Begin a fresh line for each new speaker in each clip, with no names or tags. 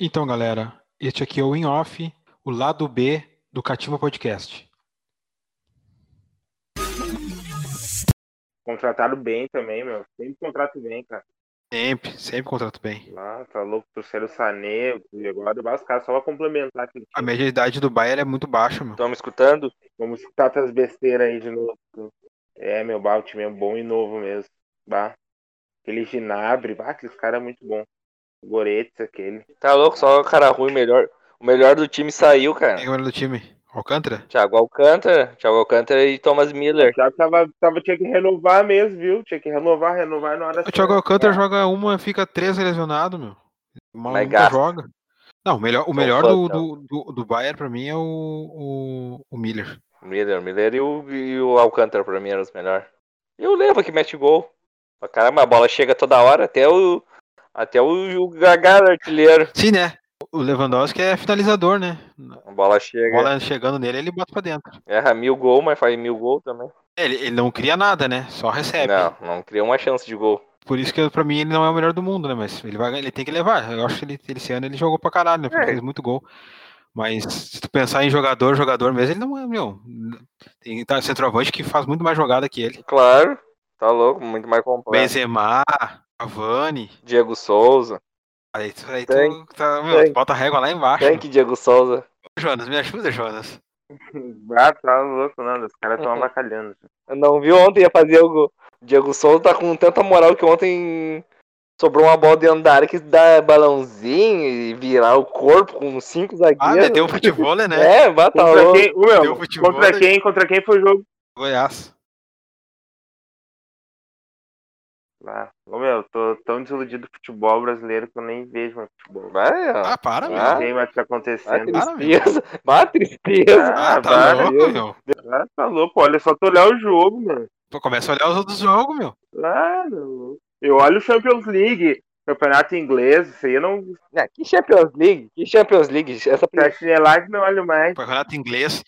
Então, galera, este aqui é o In Off, o lado B do Cativa Podcast.
Contrataram bem também, meu. Sempre contrato bem, cara.
Sempre, sempre contrato bem.
Lá, tá louco, trouxeram o Sané, e agora os caras só pra complementar aqui.
A média de idade do Bahia ela é muito baixa, meu.
Estão me escutando? Vamos escutar essas besteiras aí de novo. É, meu, bah, o time é bom e novo mesmo. Bah. Aquele Ginabre, bah, aqueles caras é muito bom. O Goretz, aquele.
Tá louco, só o cara ruim, melhor. O melhor do time saiu,
Quem
cara.
é o melhor do time? Alcântara?
Thiago Alcântara, Thiago Alcântara e Thomas Miller.
Já tava, tava, tinha que renovar mesmo, viu? Tinha que renovar, renovar na hora
O Thiago
certa.
Alcântara joga uma, fica três lesionado, meu. O maluco
Mas
nunca
gasta.
joga. Não, o melhor, o melhor
fã,
do,
então.
do, do, do Bayern pra mim é o, o, o Miller.
Miller, Miller e o, e o Alcântara pra mim eram os melhores. E o Leva que mete gol. Pra Caramba, a bola chega toda hora, até o. Até o, o Gagá artilheiro.
Sim, né? O Lewandowski é finalizador, né?
A bola
A
chega.
bola chegando nele, ele bota pra dentro.
Erra mil gol, mas faz mil gol também.
Ele, ele não cria nada, né? Só recebe.
Não, não cria uma chance de gol.
Por isso que pra mim ele não é o melhor do mundo, né? Mas ele, vai, ele tem que levar. Eu acho que ele, esse ano ele jogou pra caralho, né? Porque
É.
fez muito gol. Mas se tu pensar em jogador, jogador mesmo, ele não é, meu. Tem tá, centroavante que faz muito mais jogada que ele.
Claro, tá louco, muito mais completo.
Benzema, Cavani.
Diego Souza.
Aí tu, aí
Tem,
tu, tá, meu,
tem.
tu bota a régua lá embaixo.
Quem que Diego Souza?
Jonas, me ajuda, Jonas.
Ah, tá louco, não. Os caras tão avacalhando.
Eu não vi ontem ia fazer o gol. Diego Souza tá com tanta moral que ontem sobrou uma bola dentro da área que dá balãozinho e virar o corpo com cinco
Ah, né,
zagueiros.
deu futebol, né?
É, vai tá
Contra
louco.
quem, ô, meu,
Deu futebol,
contra
né?
quem, contra quem foi o jogo?
Goiás.
Ah, ô, meu, tô tão desiludido do futebol brasileiro que eu nem vejo mais futebol.
Vai, ó.
Ah, para, meu.
Ah,
Não sei mais o que tá
Vai,
acontecendo.
para,
tristeza. Vai, tristeza.
Ah,
Ah,
tá
para,
louco, meu.
Ah, tá louco, olha, é só tu olhar o jogo, mano.
Pô, começa a olhar os outros jogos, meu.
Ah, não. Eu olho o Champions League, campeonato inglês, isso aí eu não.
Ah, que Champions League? Que Champions Leleague? Essa
Pra chinelar que é não olho mais.
Campeonato inglês.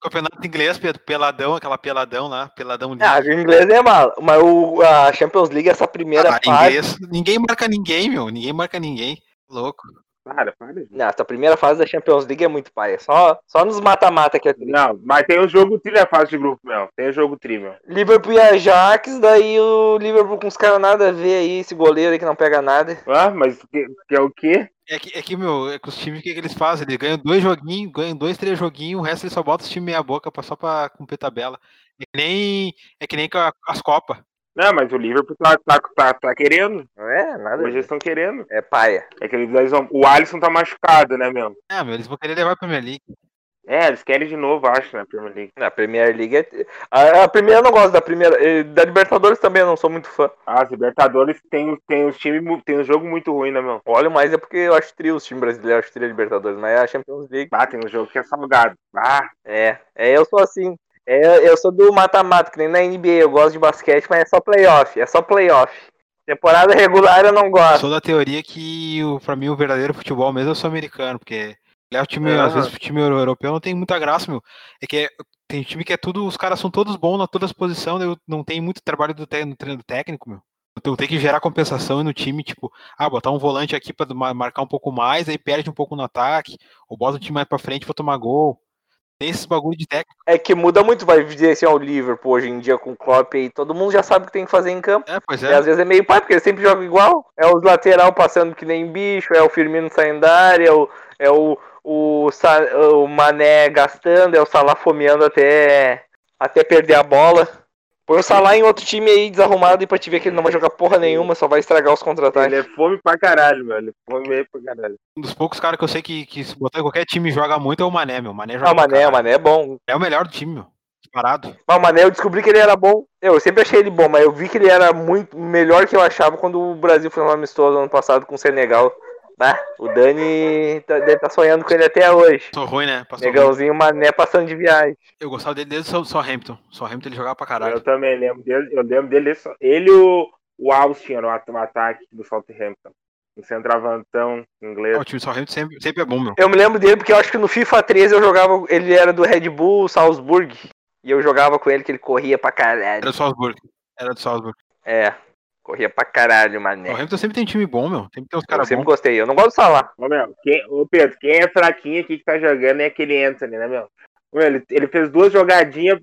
Campeonato inglês, Pedro. Peladão, aquela peladão lá. Peladão livre.
Ah, o inglês é mal, mas o, a Champions League, é essa primeira
Ah,
fase.
inglês. Ninguém marca ninguém, meu. Ninguém marca ninguém. Louco.
Para, para. gente.
Não, essa primeira fase da Champions League é muito pai. É só, só nos mata-mata que é tri.
Não, mas tem o jogo tri na fase de grupo, meu. Tem o jogo tri, meu.
Liverpool e Ajax, daí o Liverpool com os caras nada a ver aí, esse goleiro aí que não pega nada.
Ah, mas que, que é o quê?
É que, é que, meu, é que os times, o que, que eles fazem? Eles ganham dois joguinhos, ganham dois, três joguinhos, o resto eles só botam os times meia boca pra, só pra cumprir tabela. É que nem, é que nem com a- com as Copas.
Não, mas o Liverpool tá, tá, tá, tá querendo.
Não é nada. a
Hoje
ver.
eles estão querendo.
É paia.
É que eles, eles vão- o Alisson tá machucado, né, meu?
Ah, meu, eles vão querer levar a Premier League.
É, eles querem de novo, acho, né, Premier League.
Na Premier League é... a, a primeira eu não gosto da primeira. eh, Da Libertadores também eu não sou muito fã.
Ah, os Libertadores tem, tem os times, mu- tem um jogo muito ruim, né, meu?
Olho mais é porque eu acho trio os times brasileiros, eu acho trio a Libertadores, mas é a Champions League.
Ah, tem um jogo que é salgado. Ah,
É, é eu sou assim. É, eu sou do mata-mata, que nem na NBA, eu gosto de basquete, mas é só playoff, é só playoff. Temporada regular eu não gosto.
Sou da teoria que, o, pra mim, o verdadeiro futebol mesmo é o sul-americano, porque olhar o time, às
Aham.
vezes, o time euro- europeu não tem muita graça, meu. É que é- tem time que é tudo, os caras são todos bons na todas as posições, daí não tem muito trabalho do, te- no treino técnico, meu. Então tem que gerar compensação no time, tipo, ah, botar um volante aqui pra ma- marcar um pouco mais, aí perde um pouco no ataque, ou bota o time mais pra frente pra tomar gol. Tem esses bagulho de técnico.
É que muda muito, vai dizer assim, ó, o Liverpool hoje em dia com o Klopp aí, todo mundo já sabe o que tem que fazer em campo.
É, pois
E
é.
às vezes é meio pai, porque eles sempre jogam igual. É os lateral passando que nem bicho, é o Firmino saindo da área, é o, é o, o, Sa- o Mané gastando, é o Salah fomeando até, até perder a bola. Põe o Salah em outro time aí desarrumado e pra te ver que ele não vai jogar porra nenhuma, só vai estragar os
ele é
contra-ataques.
fome pra caralho, meu. Ele é fome pra caralho.
Um dos poucos caras que eu sei que, que se botar em qualquer time joga muito é o Mané, meu. Mané joga
Ah, o
pra
Mané, o
caralho.
Mané é bom.
É o melhor do time, meu. Disparado.
Ah, o Mané eu descobri que ele era bom. Eu sempre achei ele bom, mas eu vi que ele era muito melhor que eu achava quando o Brasil foi um amistoso ano passado com o Senegal. Ah, o Dani tá, deve tá sonhando com ele até hoje.
Sou ruim, né? Passou ruim.
Negãozinho Mané passando de viagem.
Eu gostava dele desde o Southampton. Southampton ele jogava pra
Eu
caralho.
também lembro dele. Eu lembro dele. só- Ele e o, o Austin era o at- o ataque do Southampton. O centroavantão
Ah,
inglês.
o time do Southampton sempre, sempre é bom, meu.
Eu me lembro dele porque eu acho que no FIFA 13 eu jogava. Ele era do Red Bull Salzburg. E eu jogava com ele que ele corria pra caralho.
Era do Salzburg. Era do Salzburg.
É. Corria pra caralho,
O
mané.
Hamilton sempre tem time bom, meu. Sempre tem uns
É. Eu
caras
sempre
bons.
gostei. Eu não gosto de Salah.
Ô, meu, quem, ô, Pedro, quem é fraquinho aqui que tá jogando é aquele Anthony, né, meu? Ô, meu, ele, ele fez duas jogadinhas.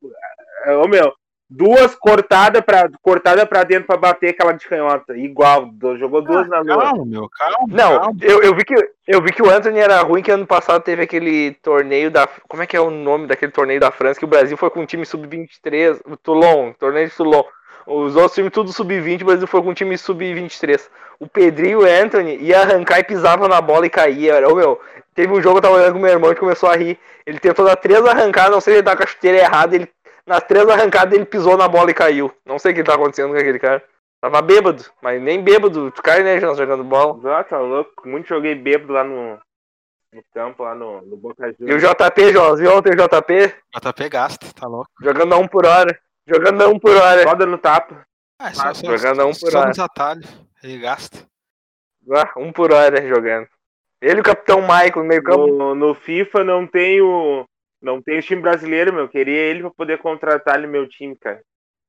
eh, Ô, meu, duas cortadas pra, cortada pra dentro pra bater aquela de canhota. Igual, do-
Ah,
jogou duas na lua.
Calma, meu, calma.
Não,
calma.
eu, eu, vi que, eu vi que o Anthony era ruim, que ano passado teve aquele torneio da. Como é que é o nome daquele torneio da França? Que o Brasil foi com um time sub-23, o Toulon, torneio de Toulon. Os outros times tudo sub-20, o Brasil foi com um time sub-23. O Pedrinho e o Anthony ia arrancar e pisava na bola e caía. Era, ô, meu, teve um jogo, eu tava olhando com meu irmão e começou a rir. Ele tentou dar três arrancadas, não sei se ele tá com a chuteira errada. Ele, nas três arrancadas ele pisou na bola e caiu. Não sei o que tá acontecendo com aquele cara. Tava bêbado, mas nem bêbado, tu cai, né, Jonas, jogando bola.
Ah, tá louco. Muito joguei bêbado lá no, no campo, lá no, no Boca
E o
Juniors.
JP, Jonas, viu ontem o JP?
JP gasta, tá louco.
Jogando a um por hora. Jogando a um por hora.
Roda no tapa.
Ah, é só,
Ah,
só,
jogando a um por
só
hora.
nos atalhos. Ele gasta.
Ah, um por hora jogando. Ele e o capitão Michael no meio campo.
No, no FIFA não tenho. Não tenho time brasileiro, meu. Queria ele pra poder contratar ele no meu time, cara.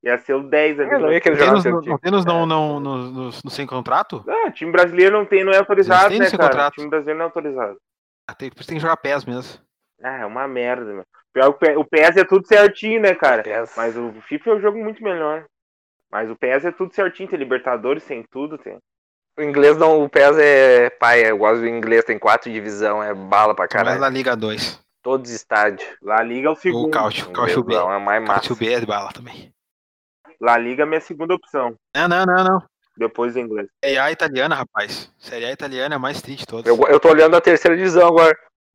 Ia ser o 10 ali.
Eu não ia querer jogar
Tênis
no seu
não,
time. É.
não, tênis não, não, não, não, não sem contrato?
Ah, time brasileiro não tem, não é autorizado,
Eles têm
né,
esse
cara?
contrato.
Time brasileiro não é autorizado.
Ah, tem, por isso tem que jogar pés mesmo.
Ah, é uma merda, meu. Pior que o P- o PS é tudo certinho, né, cara? Mas o FIFA é um jogo muito melhor. Mas o PS é tudo certinho, tem Libertadores, tem tudo, tem.
O inglês não, o PES é pai, eu gosto do inglês, tem quatro divisão, é bala pra
Mas
caralho.
na Liga 2.
Todos estádios.
La Liga é o
O
segundo.
Cautio, Cautio B.
Inglesão é mais massa.
Cautio B é de bala também.
La Liga é minha segunda opção,
Não, não, não, não.
depois do inglês.
Série A italiana, rapaz. Série A italiana é a mais triste de todas.
Eu, eu tô olhando a terceira divisão agora.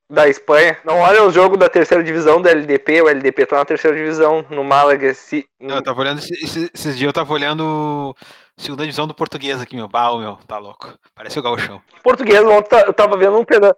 Da Espanha. Não olha o jogo da terceira divisão do LDP. O LDP tá na terceira divisão. No Málaga. Se,
Não, eu tava olhando esse- esse- esses dias eu tava olhando segunda divisão do português aqui, meu. Bal, meu, tá louco. Parece o Galchão.
português, ontem tá- eu tava vendo um pedaço.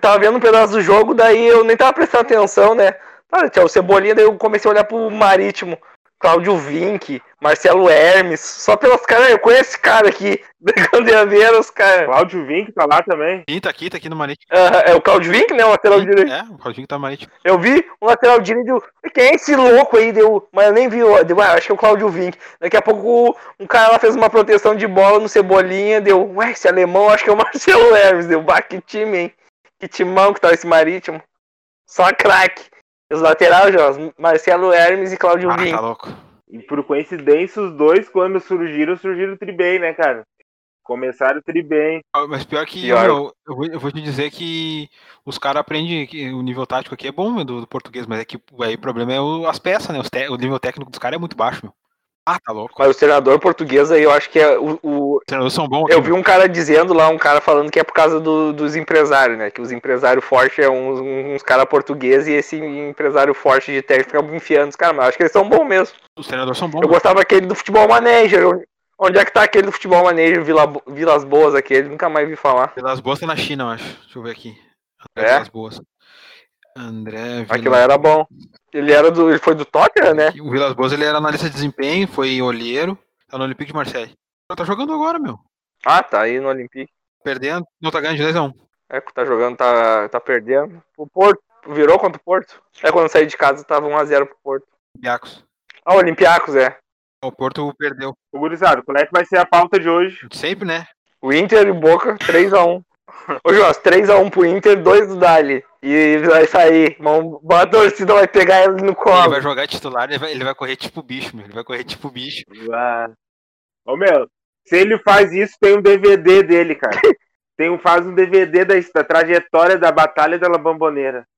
Tava vendo um pedaço do jogo, daí eu nem tava prestando atenção, né? Ah, tinha o Cebolinha, daí eu comecei a olhar pro Marítimo. Cláudio Vinck, Marcelo Hermes, só pelas caras, eu conheço esse cara aqui, da Candeaveiras, cara.
Cláudio Vinck tá lá também.
Ih, tá aqui, tá aqui no Marítimo.
Aham, é o Cláudio Vinck, né? O lateral direito.
É, o Claudinho tá no Marítimo.
Eu vi o lateral direito. Quem é esse louco aí? Deu, mas eu nem vi. o- Deu, ah, acho que é o Claudio Vink. Daqui a pouco um cara lá fez uma proteção de bola no Cebolinha. Deu, ué, esse alemão acho que é o Marcelo Hermes. Deu, bah, que time, hein? Que timão que tá esse marítimo. Só craque. Os laterais, Jonas, Marcelo Hermes e Claudio
Ah,
Vink.
tá louco.
E por coincidência, os dois, quando surgiram, surgiram tri bem, né, cara? Começaram tri bem.
Ah, Mas pior que
Pior.
meu, eu, vou, eu vou te dizer que os caras aprendem que o nível tático aqui é bom meu, do, do português, mas é que aí o problema é o- as peças, né? Os te- o nível técnico dos caras é muito baixo, meu. Ah, tá louco.
Mas o treinador português aí, eu acho que é o- o,
Os treinadores são bons.
Eu
aqui,
vi um cara dizendo lá, um cara falando que é por causa do- dos empresários, né? Que os empresários fortes é uns, uns caras portugueses e esse empresário forte de técnico fica enfiando os caras, mas eu acho que eles são bons mesmo.
Os treinadores são bons.
Eu
meu.
gostava aquele do futebol manager. Onde- Onde é que tá aquele do futebol manager, Vila, Bo- Vilas Boas aquele? Nunca mais vi falar.
Vilas Boas tá na China, eu acho. Deixa eu ver aqui. André
É?
Vilas Boas. André
Aquilo lá era bom. Ele era do. Ele foi do Tottenham, né?
O Vilas Boas ele era analista de desempenho, foi olheiro, tá no Olympique de Marseille. Tá jogando agora, meu.
Ah, tá aí no Olympique.
Perdendo, não tá ganhando de 2x1.
É, tá jogando, tá, tá perdendo. O Porto. Virou contra o Porto? É quando eu saí de casa tava 1x0 pro Porto.
Biacos.
Ah, o Olympiacos, é.
O Porto perdeu.
Ô, gurizada, qual é que vai ser a pauta de hoje?
Sempre, né?
O Inter e Boca, 3x1. Ô, Jonas, 3x1 pro Inter, 2 do Dali. E vai sair. Mão, a torcida vai pegar ele no
Ele
colo.
vai jogar titular, ele vai, ele vai correr tipo bicho, meu. Ele vai correr tipo bicho.
Ah. Ô meu, se ele faz isso, tem um DVD dele, cara. Tem um, faz um DVD da, da trajetória da Batalha da La Bamboneira.